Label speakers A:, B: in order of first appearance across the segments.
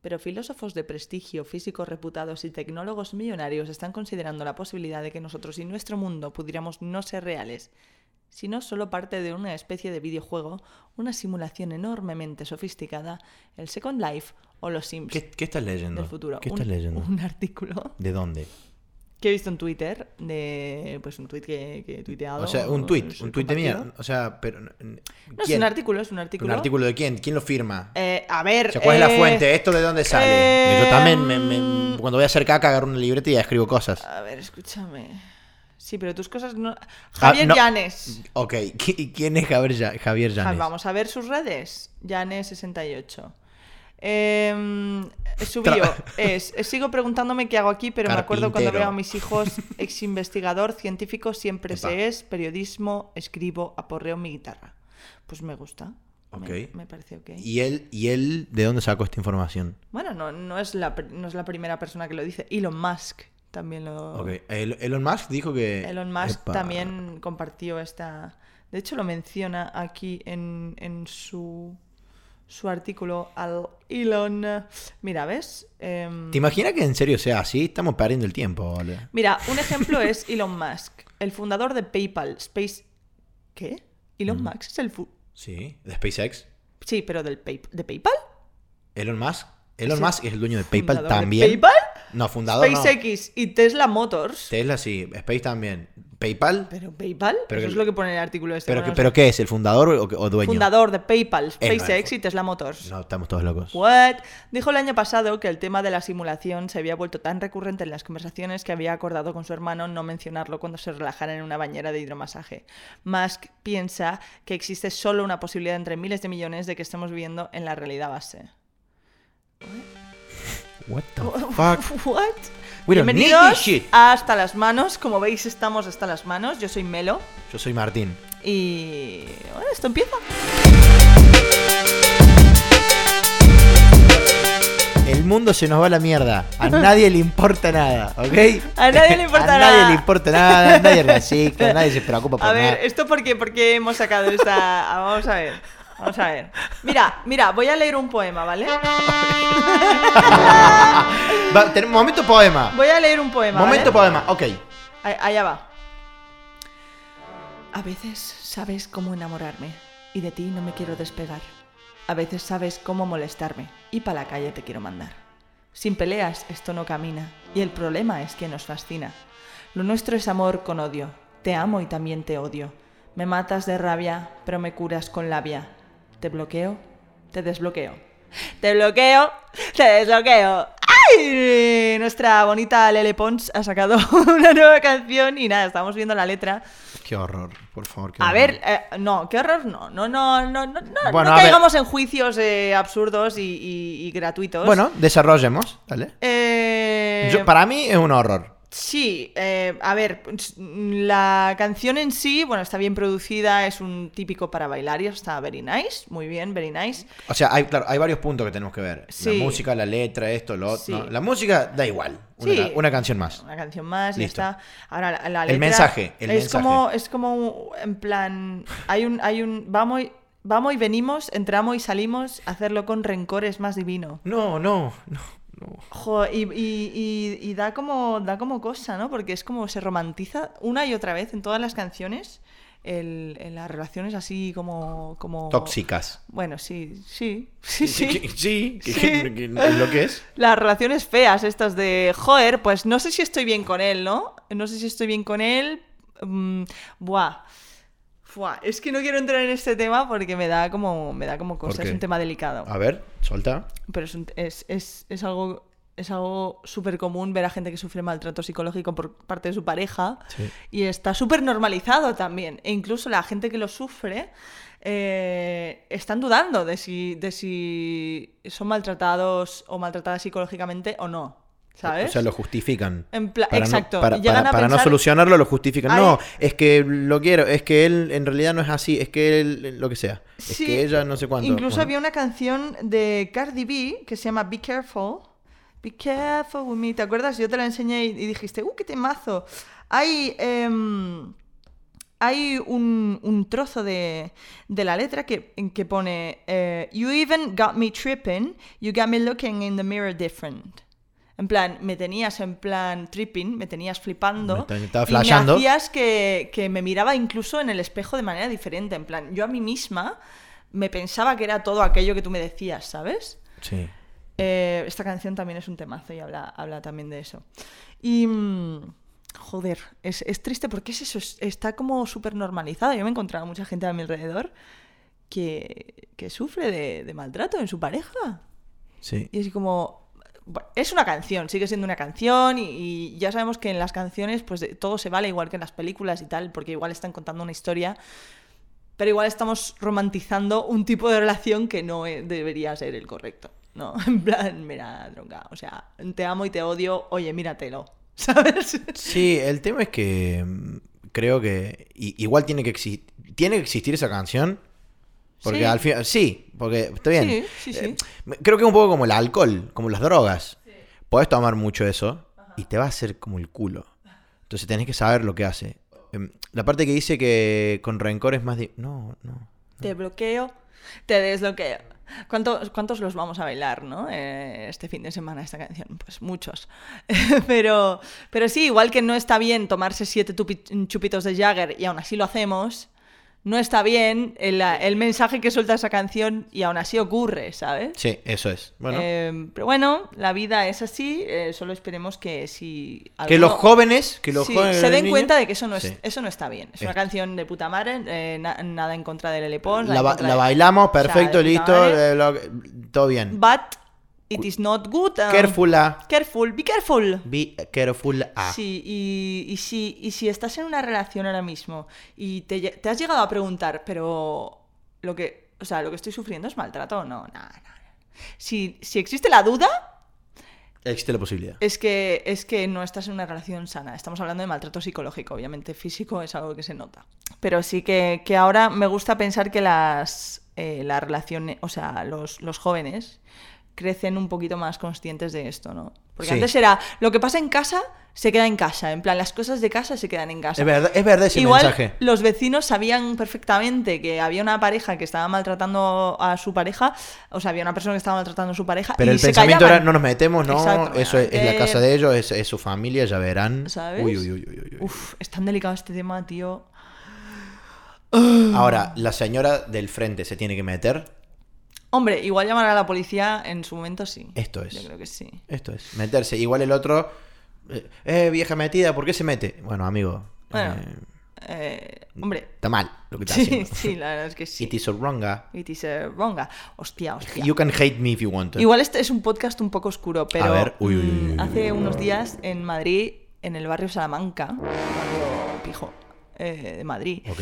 A: pero filósofos de prestigio, físicos reputados y tecnólogos millonarios están considerando la posibilidad de que nosotros y nuestro mundo pudiéramos no ser reales, sino solo parte de una especie de videojuego, una simulación enormemente sofisticada, el Second Life o los Sims
B: ¿Qué, qué estás leyendo?
A: del futuro.
B: ¿Qué estás
A: Un-
B: leyendo?
A: Un artículo
B: ¿De dónde?
A: que he visto en Twitter, de pues un tweet que, que he tuiteado.
B: O sea, un tweet,
A: es
B: un tweet de
A: compartido.
B: mía. O sea, pero.
A: No, es
B: ¿quién?
A: un artículo, es un artículo.
B: ¿Un artículo de quién? ¿Quién lo firma?
A: Eh, a ver.
B: O sea, ¿cuál es la
A: eh,
B: fuente? ¿Esto de dónde sale?
A: eh,
B: Yo también, me- me-
A: mm.
B: cuando voy a hacer caca, agarro una libreta y escribo cosas.
A: A ver, escúchame. Sí, pero tus cosas no.
B: Ja-
A: Javier
B: Ah, no.
A: Llanes.
B: Ok, ¿qui- y ¿quién es Javier, Ya- Javier
A: Ja-
B: Llanes?
A: Vamos a ver sus redes. Llanes68. Eh, subió.
B: Tra-
A: Es, eh, sigo preguntándome qué hago aquí, pero me acuerdo cuando
B: Carpintero.
A: veo a mis hijos, ex investigador, científico, siempre
B: Epa.
A: se es, periodismo, escribo, aporreo mi guitarra. Pues me gusta. Me-
B: Ok.
A: Me, parece ok.
B: ¿Y él, ¿Y él de dónde sacó esta información?
A: Bueno, no, no, es la, pr- no es la primera persona que lo dice. Elon Musk también lo.
B: Ok, El- Elon Musk dijo que.
A: Oh. Elon Musk
B: Eh, Epa.
A: también compartió esta. De hecho, lo menciona aquí en, en su, su artículo al Elon. Mira, ¿ves? Em,
B: ¿Te imaginas que en serio sea así? Estamos perdiendo el tiempo, ¿vale?
A: mira, un ejemplo es Elon Musk, el fundador de PayPal, Space. ¿Qué?
B: Mm.
A: Elon Musk es el. fu-
B: Sí, de SpaceX.
A: Sí, pero del Pay- ¿de PayPal?
B: Elon Musk. Elon
A: Sí.
B: Musk es el dueño de PayPal
A: Fundador de
B: también.
A: PayPal,
B: No, fundador no.
A: SpaceX y Tesla Motors.
B: Tesla sí, Space también. PayPal.
A: Pero PayPal,
B: Pero
A: eso
B: que-
A: es lo que pone en el artículo este.
B: ¿Pero,
A: bueno,
B: qué- pero qué es? ¿El fundador o, o dueño?
A: fundador de PayPal,
B: no es
A: SpaceX
B: fu-
A: y Tesla Motors.
B: No, estamos todos locos.
A: What? Dijo el año pasado que el tema de la simulación se había vuelto tan recurrente en las conversaciones que había acordado con su hermano no mencionarlo cuando se relajara en una bañera de hidromasaje. Musk piensa que existe solo una posibilidad entre miles de millones de que estemos viviendo en la realidad base.
B: What the fuck?
A: What?
B: We don't need
A: Bienvenidos
B: this shit.
A: a Hasta las manos. Como veis, estamos hasta las manos. Yo soy Melo
B: Yo soy Martín.
A: y. Bueno, esto empieza.
B: El mundo se nos va a la mierda. A nadie le importa nada, ¿ok?
A: A nadie le importa
B: A nadie
A: nada.
B: le importa nada, a nadie recicla, nadie se preocupa por
A: A ver, eh,
B: nada.
A: ¿esto por qué, por qué hemos sacado esta...? Ah, Vamos a ver, vamos a ver. Mira, mira, voy a leer un poema, ¿vale?
B: Va, ten- momento poema.
A: Voy a leer un poema, ¿vale?
B: Momento poema, ok.
A: A- Allá va. A veces sabes cómo enamorarme y de ti no me quiero despegar. A veces sabes cómo molestarme y para la calle te quiero mandar. Sin peleas esto no camina y el problema es que nos fascina. Lo nuestro es amor con odio. Te amo y también te odio. Me matas de rabia, pero me curas con labia. Te bloqueo, te desbloqueo. Te bloqueo, te desbloqueo. ¡Ay! Nuestra bonita Lele Pons ha sacado una nueva canción y nada, estamos viendo la letra.
B: Qué horror, por favor. qué
A: A
B: horror.
A: ver, eh, no, qué horror, no, no, no, no, no, no,
B: Bueno,
A: no
B: a ver.
A: caigamos en juicios eh, absurdos y, y- y gratuitos.
B: Bueno, desarrollemos, dale.
A: Eh,
B: Yo- para mí es un horror.
A: Sí, eh, a ver, s- la canción en sí, bueno, está bien producida, es un típico para bailar y está very nice, muy bien, very nice.
B: O sea, hay, claro, hay varios puntos que tenemos que ver.
A: Sí.
B: La música, la letra, esto, lo otro.
A: Sí.
B: no, la música da igual. Una,
A: Sí.
B: una canción más.
A: Una canción más y ya
B: Listo.
A: está. Ahora la, la
B: El
A: letra
B: mensaje, el
A: es
B: mensaje.
A: como es como un- en plan hay un hay un vamos y, vamos y venimos, entramos y salimos, hacerlo con rencor es más divino.
B: No, no, no, no.
A: Jo, y, y- y- y da como da como cosa, ¿no? Porque es como se romantiza una y otra vez en todas las canciones el, en las relaciones así como como
B: Tóxicas.
A: Bueno, sí, sí, sí, sí.
B: Sí, que-
A: Sí.
B: que- que- es lo que es.
A: Las relaciones feas estas de, joder, pues no sé si estoy bien con él, ¿no? No sé si estoy bien con él. mm, buah. Fuah, Es que no quiero entrar en este tema porque me da como, me da como
B: ¿Por
A: cosa,
B: qué?
A: es un tema delicado.
B: A ver, suelta.
A: Pero es, un- es, es- es algo es algo súper común ver a gente que sufre maltrato psicológico por parte de su pareja
B: Sí.
A: y está súper normalizado también. E incluso la gente que lo sufre eh, están dudando de si, de si son maltratados o maltratadas psicológicamente o no. ¿Sabes?
B: O sea, lo justifican.
A: En pla-
B: Para no-
A: Exacto.
B: para
A: Y llegan
B: para-
A: a
B: para no
A: pensar-
B: solucionarlo, lo justifican.
A: Ay.
B: No, es que lo quiero, es que él en realidad no es así, es que él lo que sea. Es
A: Sí,
B: que ella no sé cuánto.
A: Incluso
B: Bueno.
A: había una canción de Cardi B que se llama Be Careful. Be careful with me. ¿Te acuerdas? Yo te la enseñé y, y dijiste, ¡uh, qué temazo! Hay. em, hay un, un trozo de, de la letra que, en que pone eh, You even got me tripping, you got me looking in the mirror different. En plan, me tenías en plan tripping, me tenías flipando.
B: Me te- estaba
A: y me
B: flasheando.
A: hacías que, que me miraba incluso en el espejo de manera diferente. En plan, yo a mí misma me pensaba que era todo aquello que tú me decías, ¿sabes?
B: Sí.
A: Eh, esta canción también es un temazo y habla, habla también de eso. Y. mm, joder, es, es triste porque es eso, es- está como súper normalizado. Yo me he encontrado mucha gente a mi alrededor que, que sufre de, de maltrato en su pareja.
B: Sí.
A: Y es como. bueno, Es una canción, sigue siendo una canción y, y ya sabemos que en las canciones pues de- todo se vale igual que en las películas y tal, porque igual están contando una historia, pero igual estamos romantizando un tipo de relación que no eh, debería ser el correcto, ¿no? En plan, mira, tronca, o sea, te amo y te odio, oye, míratelo, ¿sabes?
B: Sí, el tema es que mm, creo que i- igual tiene que, exi- tiene que existir esa canción. Porque
A: Sí.
B: al final, sí, porque está bien.
A: Sí, sí, sí.
B: Eh, me- creo que es un poco como el alcohol, como las drogas. Podés tomar mucho eso y te va a hacer como el culo. Entonces tenés que saber lo que hace. Em, La parte que dice que con rencor es más... di- No, no.
A: Te bloqueo, te desbloqueo. ¿Cuántos, ¿Cuántos los vamos a bailar, no? Eh, este fin de semana, esta canción. Pues muchos. pero, pero sí, igual que no está bien tomarse siete tupi- chupitos de Jagger y aún así lo hacemos, no está bien el, el mensaje que suelta esa canción y aún así ocurre, ¿sabes?
B: Sí, eso es. Bueno,
A: Eh, pero bueno, la vida es así, eh, solo esperemos que si...
B: que
A: alguno-
B: los jóvenes... Que los
A: Sí,
B: jóvenes
A: se den
B: niños-
A: cuenta de que eso no, es,
B: Sí.
A: eso no está bien. Es
B: Eh.
A: una canción de puta madre, eh, na- nada en contra del Elepón.
B: La, ba- la bailamos, perfecto, listo, eh, lo- todo bien.
A: But it is not good. um,
B: Careful Ah. A.
A: Careful, be careful.
B: Be careful A.
A: Sí, y, y si, y si estás en una relación ahora mismo y te, lle- te has llegado a preguntar, pero lo que, o sea, lo que estoy sufriendo es maltrato o no, no, no. Si, si existe la duda,
B: Existe la posibilidad.
A: Es que, es que no estás en una relación sana. Estamos hablando de maltrato psicológico, obviamente físico es algo que se nota. Pero sí que, que ahora me gusta pensar que las, eh, las relaciones, o sea, los, los jóvenes crecen un poquito más conscientes de esto, ¿no? Porque
B: Sí.
A: antes era, lo que pasa en casa se queda en casa, en plan, las cosas de casa se quedan en casa.
B: Es verdad, es verdad ese
A: Igual
B: mensaje.
A: los vecinos sabían perfectamente que había una pareja que estaba maltratando a su pareja, o sea, había una persona que estaba maltratando a su pareja.
B: Pero
A: y
B: el
A: se
B: pensamiento
A: callaban.
B: era, no nos metemos, no,
A: Exacto,
B: eso es, es la
A: eh,
B: casa de ellos, es, es su familia, ya verán.
A: ¿Sabes?
B: Uy, uy, uy, uy, uy, uy.
A: Uf, es tan delicado este tema, tío.
B: Ahora, la señora del frente se tiene que meter.
A: Hombre, igual llamar a la policía en su momento sí.
B: Esto es.
A: Yo creo que sí.
B: Esto es, meterse. Igual el otro, eh, eh, vieja metida, ¿por qué se mete? Bueno, amigo,
A: Bueno,
B: eh,
A: Eh, hombre.
B: está mal lo que está
A: Sí,
B: haciendo.
A: sí, la verdad es que sí.
B: It is wrong. uh,
A: It is a wronga. Hostia, hostia.
B: You can hate me if you want. to.
A: Igual este es un podcast un poco oscuro, pero
B: A ver, uy, uy, uy,
A: mm,
B: uy, uy,
A: hace unos días en Madrid, en el barrio Salamanca, barrio pijo eh, de Madrid,
B: Ok.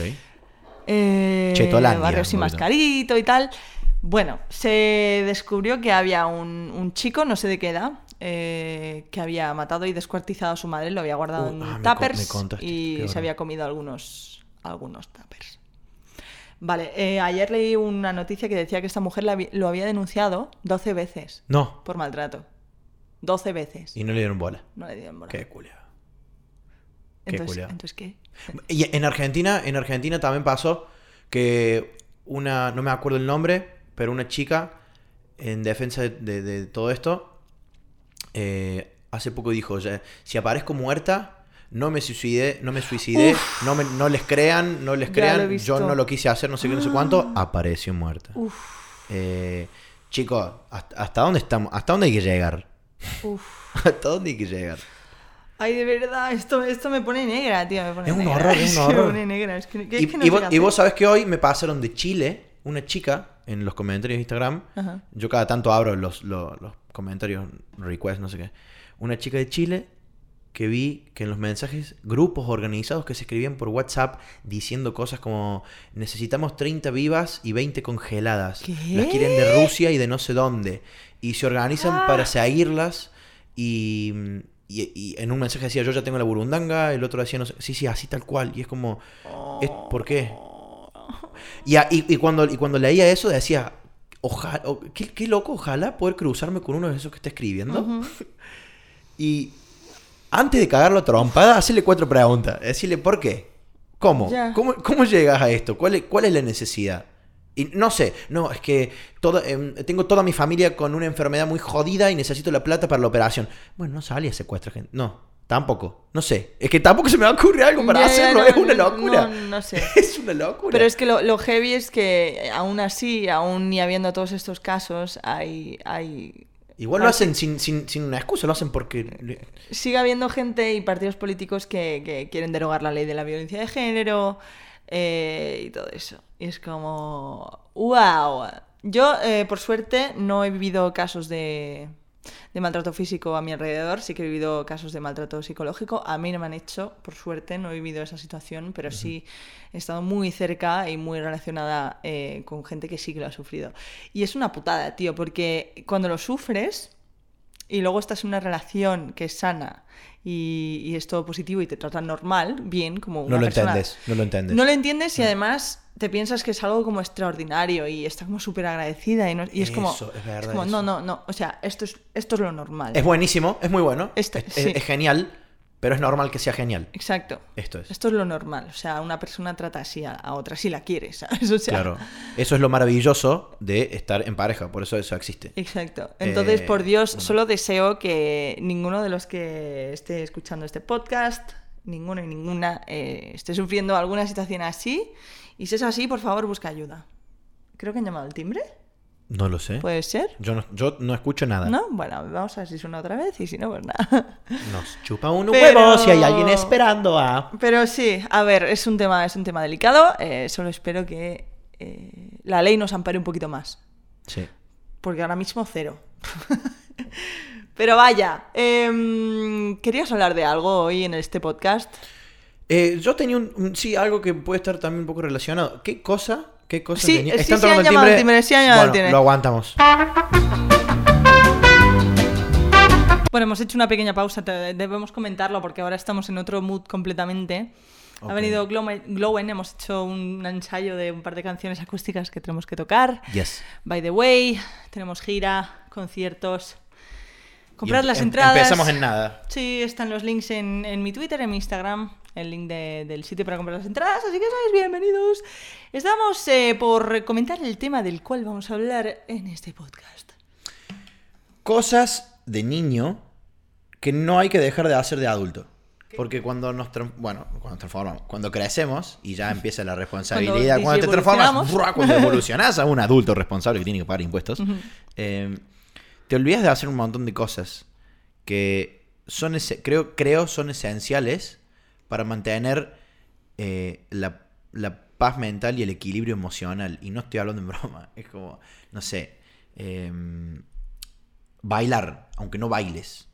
A: eh,
B: Chetolandia,
A: barrio sin
B: un poquito.
A: mascarito y tal. Bueno, se descubrió que había un, un chico, no sé de qué edad, eh, que había matado y descuartizado a su madre, lo había guardado
B: Uh,
A: en
B: ah, me co- me
A: tuppers
B: contaste, qué
A: y
B: horror.
A: se había comido algunos, algunos tuppers. Vale, eh, ayer leí una noticia que decía que esta mujer la habi- lo había denunciado 12 veces
B: No,
A: por maltrato. 12 veces.
B: y no le dieron bola.
A: No le dieron bola.
B: Qué culiao. qué
A: entonces,
B: culiao.
A: entonces, ¿qué?
B: Y en Argentina, en Argentina también pasó que una, no me acuerdo el nombre, pero una chica en defensa de, de- de todo esto, eh, hace poco dijo, ya, si aparezco muerta, no me suicidé, no me suicidé, no, me- no les crean, no les
A: Ya lo he
B: crean,
A: visto. Ah.
B: yo no lo quise hacer, no sé qué, no sé cuánto, apareció muerta. Eh, chicos, ¿hasta, hasta dónde estamos? ¿Hasta dónde hay que llegar?
A: Uf.
B: ¿Hasta dónde hay que llegar?
A: Ay, de verdad, esto, esto me pone negra, tío. Me pone
B: Es un
A: negra.
B: horror, es un
A: Me
B: horror.
A: pone negra. Es que, que-
B: Y,
A: es que no
B: y
A: sé
B: vos,
A: qué
B: y vos
A: hacer.
B: sabés que hoy me pasaron de Chile una chica en los comentarios de Instagram.
A: Ajá.
B: Yo cada tanto abro los, lo- los, comentarios, requests, no sé qué. Una chica de Chile que vi que en los mensajes, grupos organizados que se escribían por WhatsApp diciendo cosas como necesitamos 30 vivas y 20 congeladas.
A: ¿Qué?
B: Las quieren de Rusia y de no sé dónde. Y se organizan
A: Ah.
B: para seguirlas y, y- y en un mensaje decía yo ya tengo la burundanga, el otro decía no sé, sí, sí, así tal cual. Y es como... Es- ¿Por qué? Y, a- y- y cuando, y cuando leía eso decía, ojalá, qué, qué loco, ojalá poder cruzarme con uno de esos que está escribiendo. Y antes de cagarlo a trompada, hacerle cuatro preguntas. Decirle, ¿por qué? ¿Cómo?
A: Ya.
B: ¿Cómo, cómo llegas a esto? ¿Cuál es, cuál es la necesidad? Y no sé, no, es que todo, em, tengo toda mi familia con una enfermedad muy jodida y necesito la plata para la operación. Bueno, no salí a secuestrar gente. No, tampoco. No sé. Es que tampoco se me ocurre algo para
A: Ya, ya,
B: hacerlo.
A: no,
B: es una
A: no,
B: locura.
A: No, no sé.
B: Es una locura.
A: Pero es que lo, lo heavy es que eh, aún así, aún ni habiendo todos estos casos, hay, hay...
B: Igual
A: Ah,
B: lo hacen sin, sin, sin una excusa, lo hacen porque... le-
A: sigue habiendo gente y partidos políticos que, que quieren derogar la ley de la violencia de género eh, y todo eso. Y es como, wow. Yo, eh, por suerte, no he vivido casos de, de maltrato físico a mi alrededor, sí que he vivido casos de maltrato psicológico. A mí no me han hecho, por suerte, no he vivido esa situación, pero sí he estado muy cerca y muy relacionada eh, con gente que sí que lo ha sufrido. Y es una putada, tío, porque cuando lo sufres y luego estás en una relación que es sana y, y es todo positivo y te tratan normal, bien, como una
B: No lo
A: persona-
B: entiendes, no lo entiendes. Mm.
A: No lo entiendes y además te piensas que es algo como extraordinario y está como súper agradecida y, no- y es como,
B: Eso, es verdad,
A: como,
B: eso.
A: no, no, no, o sea, esto es, esto es lo normal.
B: Es buenísimo, es muy bueno.
A: Este-
B: es,
A: sí.
B: es genial, pero es normal que sea genial.
A: Exacto.
B: Esto es.
A: Esto es lo normal, o sea, una persona trata así a, a otra si la quiere, ¿sabes? O sea,
B: Claro. Eso es lo maravilloso de estar en pareja, por eso eso existe.
A: Exacto. Entonces,
B: Eh,
A: por Dios,
B: bueno.
A: solo deseo que ninguno de los que esté escuchando este podcast, ninguno y ninguna, eh, esté sufriendo alguna situación así. Y si es así, por favor, busca ayuda. Creo que han llamado al timbre.
B: No lo sé.
A: ¿Puede ser?
B: Yo, no, yo no escucho nada.
A: pues, ¿No? Bueno, vamos a ver si suena otra vez y si no, pues nada.
B: Nos chupa un
A: Pero-
B: huevo si hay alguien esperando a...
A: Pero sí, a ver, es un tema, es un tema delicado. eh, solo espero que eh, la ley nos ampare un poquito más.
B: Sí.
A: Porque ahora mismo cero. Pero vaya, em, ¿querías hablar de algo hoy en este podcast?
B: Eh, yo tenía un, un- Sí, algo que puede estar también un poco relacionado. ¿Qué cosa? ¿Qué cosa
A: Sí,
B: tenía?
A: eh, sí, sí han llamado al timbre, sí han llamado al
B: Bueno,
A: timbre.
B: lo aguantamos.
A: Bueno, hemos hecho una pequeña pausa, te- debemos comentarlo porque ahora estamos en otro mood completamente.
B: Ok.
A: Ha venido Glome- Glowen, hemos hecho un ensayo de un par de canciones acústicas que tenemos que tocar.
B: Yes.
A: By the way, tenemos gira, conciertos. Comprad
B: Y
A: las
B: em-
A: entradas.
B: Empezamos en nada.
A: Sí, están los links en, en mi Twitter, en mi Instagram, el link de- del sitio para comprar las entradas, así que sois bienvenidos. Estamos eh, por comentar el tema del cual vamos a hablar en este podcast.
B: cosas de niño que no hay que dejar de hacer de adulto. Porque cuando nos tran- bueno, cuando nos transformamos, cuando crecemos y ya empieza la responsabilidad,
A: Cuando
B: cuando te transformas,
A: disevolucionamos.
B: ¡buah! cuando evolucionas a un adulto responsable que tiene que pagar impuestos, eh, te olvidas de hacer un montón de cosas que son ese- creo, creo son esenciales para mantener eh, la, la paz mental y el equilibrio emocional. Y no estoy hablando en broma, es como, no sé, em, bailar, aunque no bailes,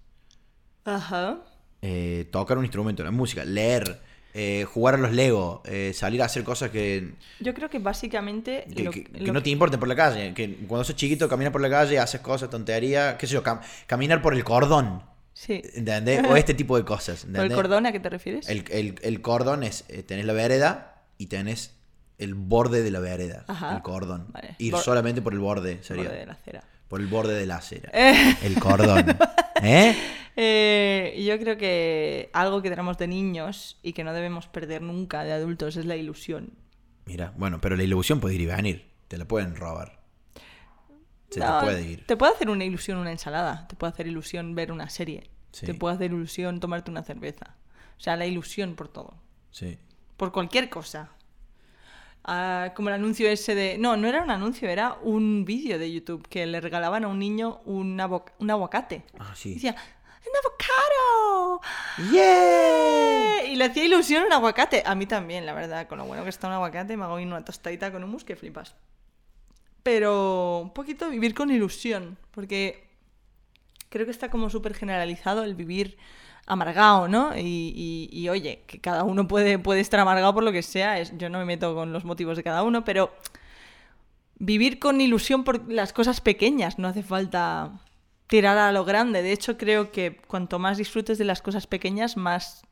A: Ajá.
B: eh, tocar un instrumento, la música, leer, eh, jugar a los Lego, eh, salir a hacer cosas que,
A: Yo creo que básicamente...
B: que,
A: lo-
B: que- que
A: lo
B: no te importen por la calle. Que cuando sos chiquito caminas por la calle, haces cosas, tonterías, qué sé yo, cam- caminar por el cordón,
A: Sí.
B: ¿entendés? O este tipo de cosas.
A: ¿Por el
B: ¿entendés?
A: cordón a qué te refieres?
B: El, el- el cordón es, eh, tenés la vereda y tenés el borde de la vereda,
A: Ajá.
B: el cordón.
A: Vale.
B: Ir
A: Bor-
B: solamente por el borde, sería.
A: Borde de la acera.
B: Por el borde de la acera.
A: Eh.
B: El cordón. ¿Eh?
A: Eh, yo creo que algo que tenemos de niños y que no debemos perder nunca de adultos es la ilusión.
B: Mira, bueno, pero la ilusión puede ir y venir. Te la pueden robar. Se
A: No,
B: te puede ir.
A: Te puede hacer una ilusión una ensalada, te puede hacer ilusión ver una serie,
B: Sí.
A: te puede hacer ilusión tomarte una cerveza. O sea, la ilusión por todo,
B: Sí.
A: por cualquier cosa. Ah, como el anuncio ese de... No, no era un anuncio, era un vídeo de YouTube que le regalaban a un niño un, avo- un aguacate.
B: Ah,
A: Y
B: sí.
A: decía, ¡un avocado!
B: ¡Yeah!
A: Eh, Y le hacía ilusión un aguacate. A mí también, la verdad. Con lo bueno que está un aguacate, me hago bien una tostadita con hummus que flipas. Pero un poquito vivir con ilusión. Porque creo que está como súper generalizado el vivir amargado, ¿no? Y, y- y, oye, que cada uno puede, puede estar amargado por lo que sea. es- yo no me meto con los motivos de cada uno, pero vivir con ilusión por las cosas pequeñas, no hace falta tirar a lo grande. De hecho, creo que cuanto más disfrutes de las cosas pequeñas, más,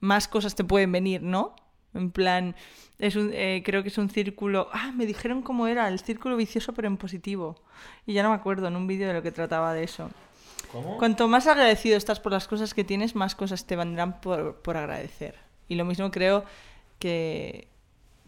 A: más cosas te pueden venir, ¿no? En plan, es un, eh, creo que es un círculo... Ah, me dijeron cómo era, el círculo vicioso pero en positivo. Y ya no me acuerdo en un vídeo de lo que trataba de eso. Cuanto más agradecido estás por las cosas que tienes, más cosas te vendrán por, por agradecer. Y lo mismo creo que,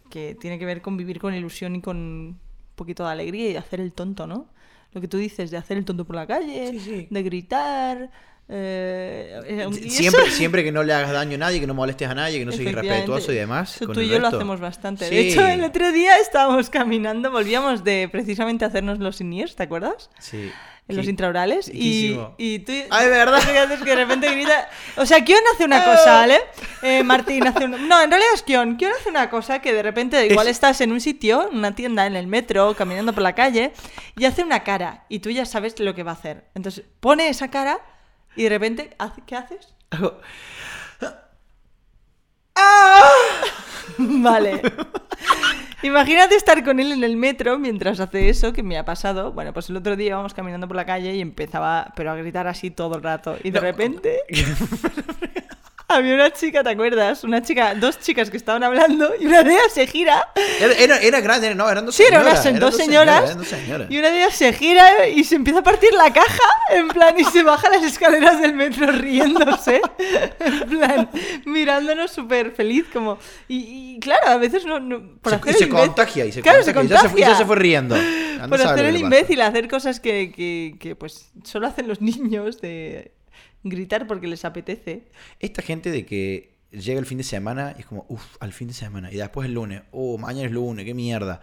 A: que tiene que ver con vivir con ilusión y con un poquito de alegría y de hacer el tonto, ¿no? Lo que tú dices, de hacer el tonto por la calle,
B: Sí, sí.
A: de gritar. eh, eh, y eso-
B: Siempre, siempre que no le hagas daño a nadie, que no molestes a nadie, que no seas
A: Efectivamente.
B: irrespetuoso y demás.
A: Eso
B: con
A: tú y
B: el
A: yo lo
B: resto.
A: hacemos bastante.
B: Sí.
A: De hecho, el otro día estábamos caminando, volvíamos de precisamente hacernos los iniers, ¿te acuerdas?
B: Sí.
A: En los
B: Qui-
A: intraorales. Y,
B: Riquísimo.
A: y tú.
B: Ay, ¿verdad? Ah.
A: lo que haces es que de repente grita. O sea, Kion hace una cosa, ¿vale? Eh, Martín hace una. No, en realidad es Kion. Kion hace una cosa que de repente igual
B: Es-
A: estás en un sitio, en una tienda, en el metro, caminando por la calle, y hace una cara. Y tú ya sabes lo que va a hacer. Entonces pone esa cara y de repente. hace- ¿Qué haces?
B: Hago-
A: ¡Ah! Vale. Imagínate estar con él en el metro mientras hace eso, que me ha pasado. Bueno, pues el otro día íbamos caminando por la calle y empezaba, pero a gritar así todo el rato. Y de
B: No.
A: repente... Había una chica, ¿te acuerdas? Una chica, dos chicas que estaban hablando y una de ellas se gira.
B: Era, era, era grande, era- no, eran dos
A: Sí, eran
B: señoras.
A: unas-
B: eran
A: dos señoras.
B: eran dos señoras.
A: Y una de ellas se gira y se empieza a partir la caja, en plan, y se baja las escaleras del metro riéndose, en plan, mirándonos súper feliz, como... Y, y claro, a veces no... no- por
B: Se-
A: hacer
B: y se
A: el imbécil-
B: contagia, y se
A: claro,
B: contagia.
A: se
B: y ya se fue-
A: contagia.
B: y ya se fue riendo. Anda
A: por
B: a saber
A: hacer
B: lo
A: el
B: que pasa.
A: imbécil, hacer cosas que, que, que, pues solo hacen los niños de gritar porque les apetece.
B: Esta gente de que llega el fin de semana y es como, uff, al fin de semana. Y después el lunes, oh, mañana es lunes, qué mierda.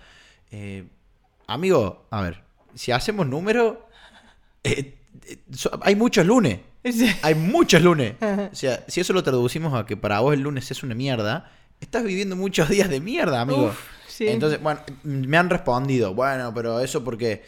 B: Eh, amigo, a ver, si hacemos número, eh, eh, so- hay muchos lunes.
A: Es-
B: Hay muchos lunes. O sea, si eso lo traducimos a que para vos el lunes es una mierda, estás viviendo muchos días de mierda, amigo.
A: Uf, sí.
B: Entonces, bueno, me han respondido, bueno, pero eso porque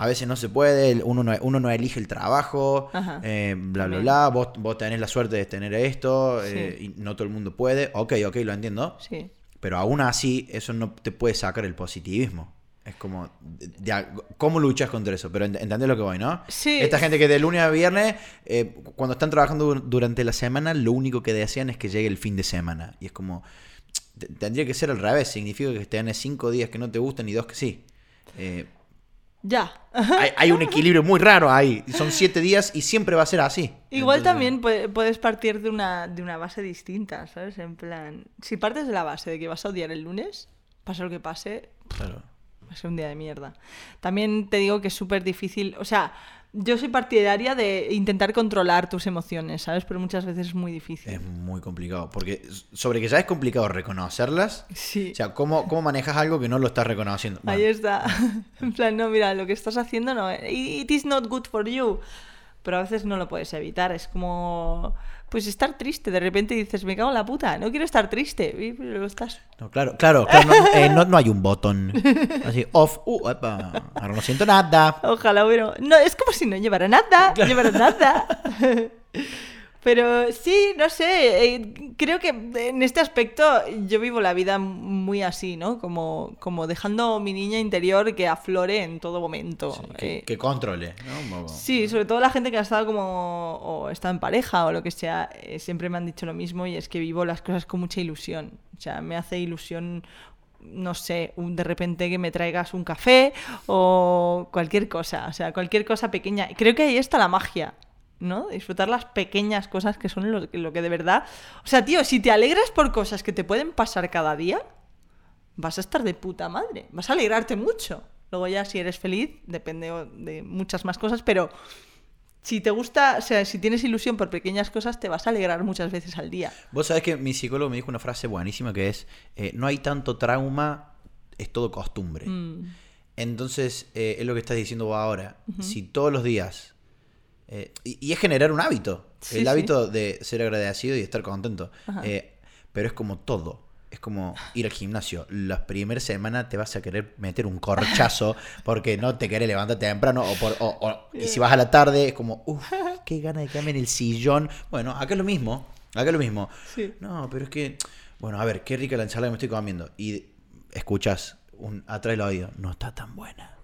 B: a veces no se puede, el- uno no, uno no elige el trabajo,
A: Ajá.
B: eh, bla, bla,
A: También.
B: bla, vos, vos tenés la suerte de tener esto,
A: Sí.
B: eh, y no todo el mundo puede. Ok, ok, lo entiendo.
A: Sí.
B: Pero aún así, eso no te puede sacar el positivismo. Es como, de- de a- ¿cómo luchas contra eso? Pero ent- entendés lo que voy, ¿no?
A: Sí.
B: Esta gente que de lunes a viernes, eh, cuando están trabajando dur- durante la semana, lo único que desean es que llegue el fin de semana. Y es como, t- tendría que ser al revés. Significa que tenés cinco días que no te gustan y dos que sí. Eh,
A: Ya.
B: hay, hay un equilibrio muy raro ahí. Son siete días y siempre va a ser así.
A: Igual
B: Entonces,
A: también pue- puedes partir de una, de una base distinta, ¿sabes? En plan, si partes de la base de que vas a odiar el lunes, pase lo que pase,
B: Claro.
A: va a ser un día de mierda. También te digo que es súper difícil, o sea, yo soy partidaria de intentar controlar tus emociones, ¿sabes? Pero muchas veces es muy difícil.
B: Es muy complicado. Porque s- sobre que ya es complicado reconocerlas.
A: sí.
B: O sea, ¿cómo, cómo manejas algo que no lo estás reconociendo? Bueno,
A: Ahí está. en plan, no, mira, lo que estás haciendo no. It is not good for you. Pero a veces no lo puedes evitar. Es como. Pues estar triste. De repente dices, me cago en la puta. No quiero estar triste. Y pero lo estás.
B: no, claro, claro, claro, no, eh, no- no hay un botón. Así, off, uh, epa, ahora no siento nada.
A: Ojalá hubiera. No, es como si no llevara nada. Llevara nada. Pero sí, no sé, eh, creo que en este aspecto yo vivo la vida muy así, ¿no? Como, como dejando mi niña interior que aflore en todo momento.
B: Que,
A: Eh,
B: que controle, ¿no? Un poco.
A: Sí, sobre todo la gente que ha estado como o está en pareja o lo que sea, eh, siempre me han dicho lo mismo y es que vivo las cosas con mucha ilusión. O sea, me hace ilusión, no sé, un, de repente que me traigas un café o cualquier cosa, o sea, cualquier cosa pequeña. Y Creo que ahí está la magia. ¿no? Disfrutar las pequeñas cosas que son lo, lo que de verdad... O sea, tío, si te alegras por cosas que te pueden pasar cada día, vas a estar de puta madre, vas a alegrarte mucho. Luego ya si eres feliz, depende o- de muchas más cosas, pero si te gusta, o sea, si tienes ilusión por pequeñas cosas, te vas a alegrar muchas veces al día.
B: Vos sabés que mi psicólogo me dijo una frase buenísima que es, eh, no hay tanto trauma, es todo costumbre.
A: Mm,
B: Entonces, eh, es lo que estás diciendo vos ahora. Si todos los días... eh, y, y es generar un hábito.
A: Sí,
B: el
A: sí.
B: hábito de ser agradecido y estar contento.
A: Ajá.
B: Eh, pero es como todo. Es como ir al gimnasio. La primera semana te vas a querer meter un corchazo porque no te querés levantar temprano. O por- o- o- y si vas a la tarde es como, uff, qué gana de quedarme en el sillón. Bueno, acá es lo mismo. Acá es lo mismo.
A: Sí.
B: No, pero es que, bueno, a ver, qué rica la ensalada que me estoy comiendo. Y escuchas un atrás del oído, no está tan buena.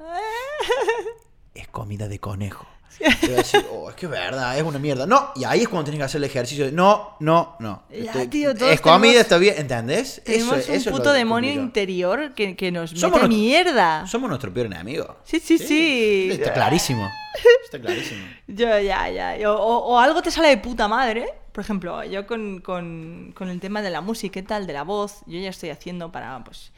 B: Es comida de conejo. Y vas a decir, oh, es que es verdad, es una mierda. No, y ahí es cuando tienes que hacer el ejercicio. de, No, no, no.
A: Ya,
B: Estoy-
A: tío, todos
B: es comida,
A: tenemos-
B: está bien, ¿entendés?
A: Tenemos
B: es-
A: un
B: es lo
A: puto demonio
B: complicado.
A: interior que, que nos
B: Somos
A: mete
B: los-
A: mierda.
B: Somos nuestro peor enemigo.
A: Sí, sí, sí.
B: Está clarísimo. Está clarísimo.
A: Yo, ya, ya. O, o- o algo te sale de puta madre, Por ejemplo, yo con, con- con el tema de la música y tal, de la voz, yo ya estoy haciendo para pues,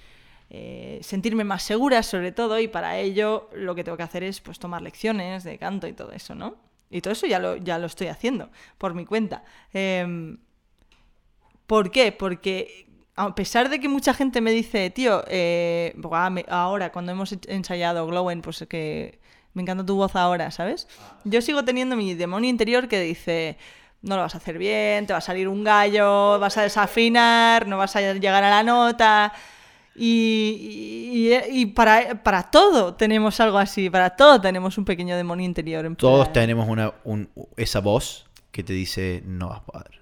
A: eh, sentirme más segura sobre todo y para ello lo que tengo que hacer es pues, tomar lecciones de canto y todo eso, ¿no? Y todo eso ya lo, ya lo estoy haciendo por mi cuenta. Em, ¿Por qué? Porque a pesar de que mucha gente me dice, tío, eh, buah, me- ahora cuando hemos ech- ensayado Glowen, pues que me encanta tu voz ahora, ¿sabes? Yo sigo teniendo mi demonio interior que dice, no lo vas a hacer bien, te va a salir un gallo, vas a desafinar, no vas a llegar a la nota. Y, y- y para, para todo tenemos algo así, para todo tenemos un pequeño demonio interior. en
B: Todos
A: plan-
B: tenemos una, un- esa voz que te dice, no vas a poder.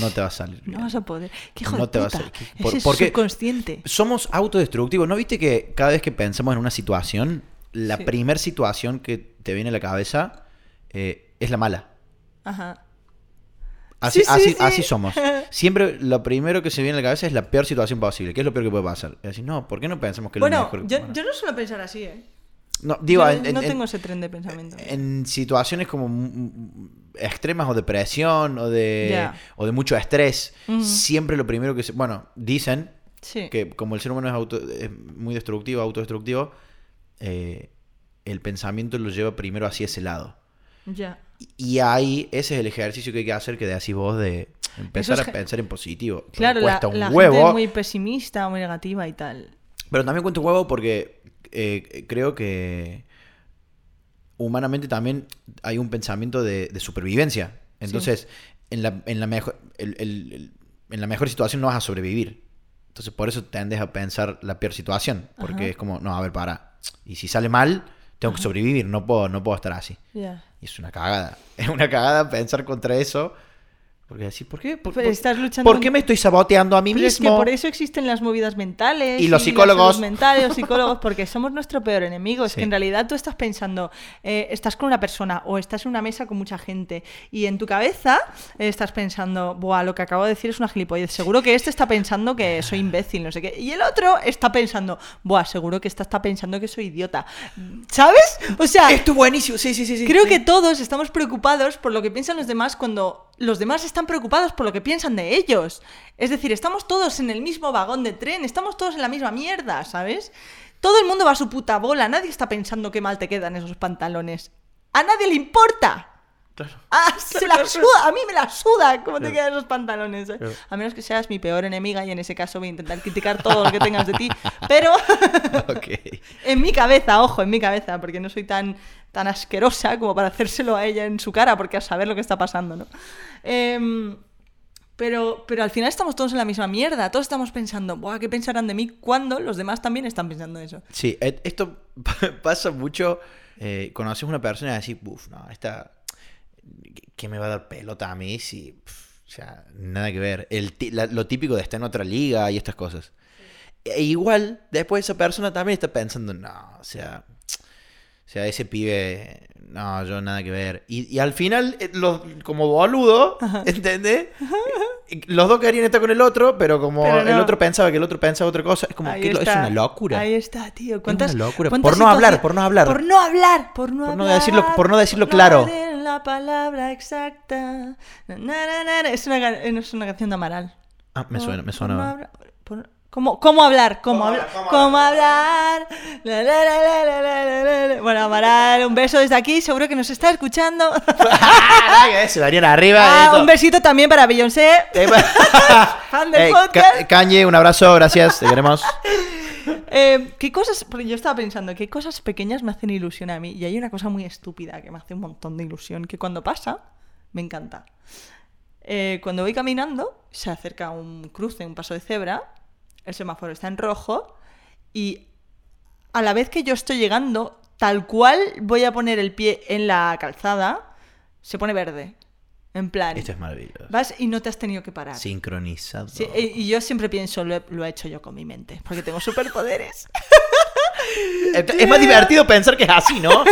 B: No te va a salir bien".
A: No vas a poder. ¿Qué hijo
B: No
A: de
B: te vas
A: puta.
B: a-
A: Ese
B: por-
A: es
B: porque-
A: subconsciente.
B: Somos autodestructivos. ¿No viste que cada vez que pensamos en una situación, la
A: Sí.
B: primer situación que te viene a la cabeza eh, es la mala?
A: Ajá.
B: Así,
A: Sí, sí,
B: así,
A: sí.
B: así somos. Siempre lo primero que se viene a la cabeza es la peor situación posible. ¿Qué es lo peor que puede pasar? Es decir, no, ¿por qué no pensamos que es lo
A: Bueno,
B: mejor? que-
A: yo,
B: bueno.
A: yo no suelo pensar así, ¿eh?
B: no, digo,
A: Yo
B: en, en-
A: no
B: en-
A: tengo ese tren de pensamiento.
B: en situaciones como m- m- extremas o depresión o de,
A: Ya.
B: o de mucho estrés,
A: Ujú.
B: siempre lo primero que se... Bueno, dicen
A: sí.
B: que como el ser humano es, auto- es muy destructivo, autodestructivo, eh, el pensamiento lo lleva primero hacia ese lado.
A: Ya.
B: Y ahí ese es el ejercicio que hay que hacer que decís vos de empezar
A: Eso
B: a
A: es ge-
B: pensar en positivo. Porque
A: Claro, la,
B: cuesta un
A: la
B: huevo.
A: gente es muy pesimista o muy negativa y tal.
B: Pero también cuento un huevo porque eh, creo que humanamente también hay un pensamiento de, de supervivencia. Entonces, en, la, en, la mejor, el- el- el- en la mejor situación no vas a sobrevivir. Entonces, por eso tendes a pensar la peor situación. Porque
A: Ajá.
B: es como, no, a ver, para. Y si sale mal, tengo que sobrevivir. No puedo, no puedo estar así.
A: Ya.
B: Y es una cagada. Es una cagada pensar contra eso. Porque decir, ¿por qué? ¿Por,
A: Pero
B: por-
A: estás luchando
B: ¿por qué me estoy saboteando a mí
A: Pero
B: mismo?
A: es que por eso existen las movidas mentales
B: Y los
A: la
B: psicólogos.
A: salud mental y los psicólogos, porque somos nuestro peor enemigo. Es
B: Sí.
A: que en realidad tú estás pensando, eh, estás con una persona o estás en una mesa con mucha gente y en tu cabeza eh, estás pensando, buah, lo que acabo de decir es una gilipollez. Seguro que este está pensando que soy imbécil, no sé qué. Y el otro está pensando, buah, seguro que esta está pensando que soy idiota. ¿Sabes? O sea,
B: Esto es buenísimo. Sí, sí, sí. sí.
A: Creo que todos estamos preocupados por lo que piensan los demás cuando los demás están preocupados por lo que piensan de ellos. Es decir, estamos todos en el mismo vagón de tren, estamos todos en la misma mierda, ¿sabes? Todo el mundo va a su puta bola, nadie está pensando qué mal te quedan esos pantalones. A nadie le importa.
B: Claro.
A: Ah, se la suda, a mí me la suda cómo te
B: Claro.
A: quedan esos pantalones. ¿eh?
B: Claro.
A: A menos que seas mi peor enemiga y en ese caso voy a intentar criticar todo lo que tengas de ti. Pero
B: Ok.
A: En mi cabeza, ojo, en mi cabeza, porque no soy tan, tan asquerosa como para hacérselo a ella en su cara, porque a saber lo que está pasando, ¿no? Em, pero, pero al final estamos todos en la misma mierda, todos estamos pensando, Buah, ¿qué pensarán de mí cuando los demás también están pensando eso?
B: Sí, et- esto pa- pasa mucho. eh, conoces una persona y decís, uff, no, esta. ¿Qué me va a dar pelota a mí si.? pf, o sea, nada que ver. El, ti- la- lo típico de estar en otra liga y estas cosas. E igual, después esa persona también está pensando, no, o sea. O sea, ese pibe, no, yo nada que ver. Y, y al final, eh, los, como boludo, ¿entendés? Eh, Los dos querían estar con el otro, pero como
A: Pero
B: el
A: no.
B: otro pensaba que el otro pensaba otra cosa, es como
A: Ahí
B: que lo- es
A: está,
B: una locura.
A: Ahí está, tío. ¿Cuántas,
B: locura.
A: cuántas
B: Por no hablar,
A: situaci-
B: por no hablar.
A: Por no hablar, por no
B: Por no
A: hablar.
B: decirlo- por no decirlo claro.
A: dar la palabra exacta. Na, na, na, na, na. Es, una, ca- eh, no, es una canción de Amaral.
B: Ah, me
A: Por-
B: suena, me
A: por no
B: suena.
A: habla- por- ¿Cómo, cómo hablar? ¿Cómo, hablar? ¿Cómo hablar? La, la, la, la, la, la, la, la, la. Bueno, Amaral, un beso desde aquí. Seguro que nos está escuchando.
B: Ah, Se darían arriba.
A: Ah,
B: eso.
A: un besito también para Beyoncé.
B: Eh,
A: Fan del
B: eh,
A: podcast.
B: Ka- Kanye, un abrazo, gracias, te queremos.
A: Eh, ¿Qué cosas? Porque yo estaba pensando, ¿qué cosas pequeñas me hacen ilusión a mí? Y hay una cosa muy estúpida que me hace un montón de ilusión, que cuando pasa, me encanta. Eh, cuando voy caminando, se acerca un cruce, un paso de cebra, el semáforo está en rojo, y a la vez que yo estoy llegando, tal cual voy a poner el pie en la calzada, se pone verde. En plan,
B: Esto es maravilloso.
A: vas y no te has tenido que parar.
B: Sincronizado.
A: Sí, y y yo siempre pienso, lo he, lo he hecho yo con mi mente, porque tengo superpoderes.
B: Ent- Es más divertido pensar que es así, ¿no?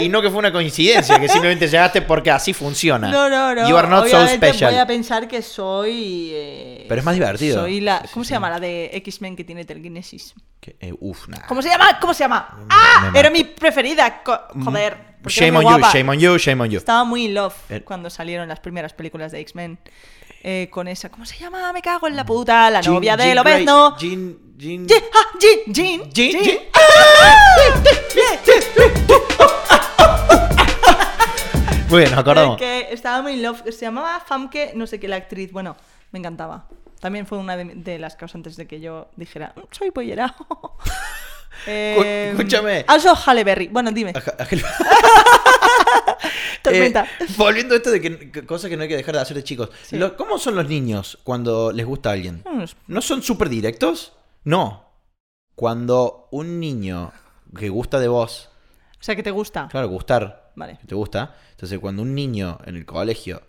B: Y no que fue una coincidencia, que simplemente llegaste porque así funciona.
A: No, no, no.
B: You are not so
A: Obviamente
B: special.
A: voy a pensar que soy... eh,
B: Pero es más divertido.
A: Soy la...
B: Sí, sí,
A: ¿Cómo
B: sí.
A: se llama la de X-Men que tiene telequinesis?
B: Que- eh, uf, nah.
A: ¿Cómo se llama? ¿Cómo se llama?
B: Me- me
A: ¡Ah!
B: mato.
A: Era mi preferida. co- Joder. porque era
B: Mm, Shame on
A: muy
B: you,
A: guapa.
B: shame on you, shame on you. Eh.
A: Estaba muy in love
B: El-
A: cuando salieron las primeras películas de X-Men. eh, con esa, ¿cómo se llama? Me cago en la puta, la
B: Mm. Jean-
A: novia de
B: Jean Grey-
A: Lobezno.
B: Jean- Jean-
A: Jean, ah, Jean, Jean,
B: Jean-
A: Jean. ¡Ah!
B: Jean- Muy bien, nos acordamos.
A: Que estaba muy in love. Se llamaba Famke, no sé qué, la actriz. Bueno, me encantaba. También fue una de, de las causantes de que yo dijera, "Mm, soy pollera. Eh,
B: escúchame.
A: Also Halle Berry. Bueno, dime.
B: Ajá, ajá.
A: Tormenta.
B: Eh, volviendo a esto de que, que- cosas que no hay que dejar de hacer de chicos.
A: Sí.
B: Lo- ¿Cómo son los niños cuando les gusta a alguien?
A: Unos-
B: ¿No son súper directos? No. Cuando un niño que gusta de vos,
A: O sea, que te gusta.
B: claro, gustar,
A: Vale.
B: que te gusta, entonces cuando un niño en el colegio,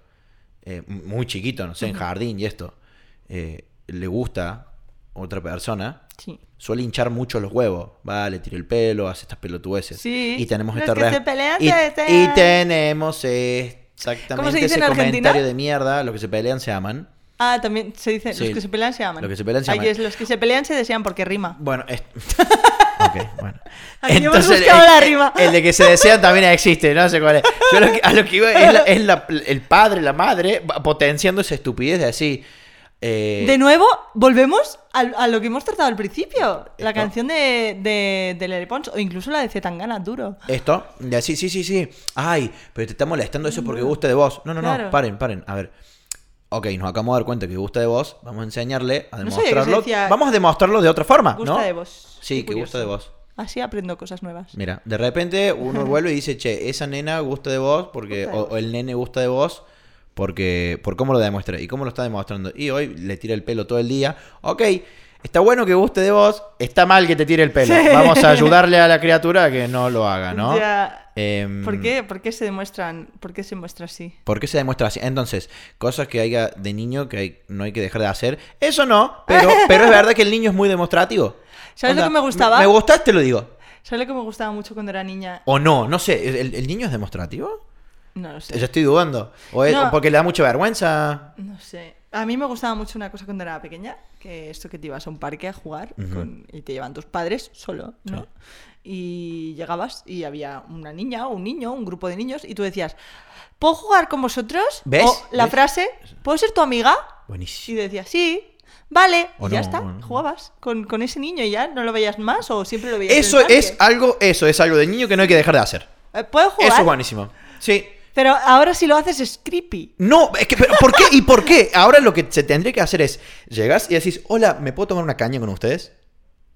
B: eh, muy chiquito, no sé, en jardín y esto, eh, le gusta otra persona,
A: Sí.
B: suele hinchar mucho los huevos. Va, le tira el pelo, hace estas pelotudeces.
A: Sí.
B: Y tenemos
A: Los
B: esta
A: que
B: re-
A: se pelean
B: y,
A: se desean.
B: y tenemos exactamente
A: ¿Cómo se dice
B: ese
A: en Argentina?
B: comentario de mierda. Los que se pelean se aman.
A: Ah, también se dice,
B: Sí.
A: los que se pelean se aman.
B: Los que se pelean se
A: Ay,
B: aman.
A: es, los que se pelean se desean porque rima.
B: Bueno, es... Ok, bueno.
A: Aquí hemos buscado
B: el-
A: la rima.
B: El de que se desean también existe, no sé cuál es. Yo lo que- a lo que iba es, la- es la- el padre, la madre, va potenciando esa estupidez de así. eh,
A: De nuevo, volvemos al- a, lo que hemos tratado al principio. La
B: Esto.
A: canción de, de, de Lele Pons, o incluso la de Zetangana, duro.
B: Esto, de así, sí, sí, sí. Ay, pero te está molestando eso porque gusta de vos. No, no,
A: Claro.
B: no, paren, paren. A ver. Ok, nos acabamos de dar cuenta que gusta de vos. Vamos a enseñarle a
A: No sabía que se
B: demostrarlo.
A: decía-
B: Vamos a demostrarlo de otra forma,
A: Gusta
B: Ah, ¿no?
A: de vos.
B: Sí,
A: Qué
B: que
A: curioso.
B: gusta de vos.
A: Así aprendo cosas nuevas.
B: Mira, de repente uno vuelve y dice, che, esa nena gusta de vos porque.
A: Gusta de
B: o,
A: vos.
B: o el nene gusta de vos porque. por cómo lo demuestra. ¿Y cómo lo está demostrando? Y hoy le tira el pelo todo el día. Ok, está bueno que guste de vos, está mal que te tire el pelo.
A: Sí.
B: Vamos a ayudarle a la criatura a que no lo haga, ¿no?
A: Ya.
B: Em,
A: ¿Por qué, ¿Por qué se demuestran? ¿Por qué se muestra así?
B: ¿Por qué se demuestra así? Entonces, cosas que haya de niño que hay- no hay que dejar de hacer. Eso no, pero, pero es verdad que el niño es muy demostrativo.
A: ¿Sabes lo que me gustaba?
B: Me, me gustaste, te lo digo.
A: ¿Sabes lo que me gustaba mucho cuando era niña?
B: O no, no sé. ¿El, el niño es demostrativo?
A: No lo sé.
B: Yo estoy dudando. O es-
A: No.
B: o porque le da mucha vergüenza.
A: No sé. A mí me gustaba mucho una cosa cuando era pequeña, que esto que te ibas a un parque a jugar
B: Ujú.
A: con- y te llevan tus padres solo, ¿no?
B: Sí.
A: Y llegabas y había una niña o un niño, un grupo de niños, y tú decías, ¿puedo jugar con vosotros?
B: ¿Ves?
A: O la
B: ¿Ves?
A: frase, ¿puedo ser tu amiga? Y
B: Buenísimo.
A: decías, sí, vale,
B: O
A: y ya
B: no,
A: está.
B: o no.
A: Jugabas con, con ese niño y ya no lo veías más o siempre lo veías. en el
B: Eso es
A: parque.
B: algo, eso es algo de niño que no hay que dejar de hacer.
A: Eh, ¿Puedo jugar?
B: Eso es buenísimo. Sí.
A: Pero ahora si lo haces es creepy.
B: No, es que, pero ¿por qué? ¿Y por qué? Ahora lo que se tendría que hacer es, llegas y decís, hola, ¿me puedo tomar una caña con ustedes?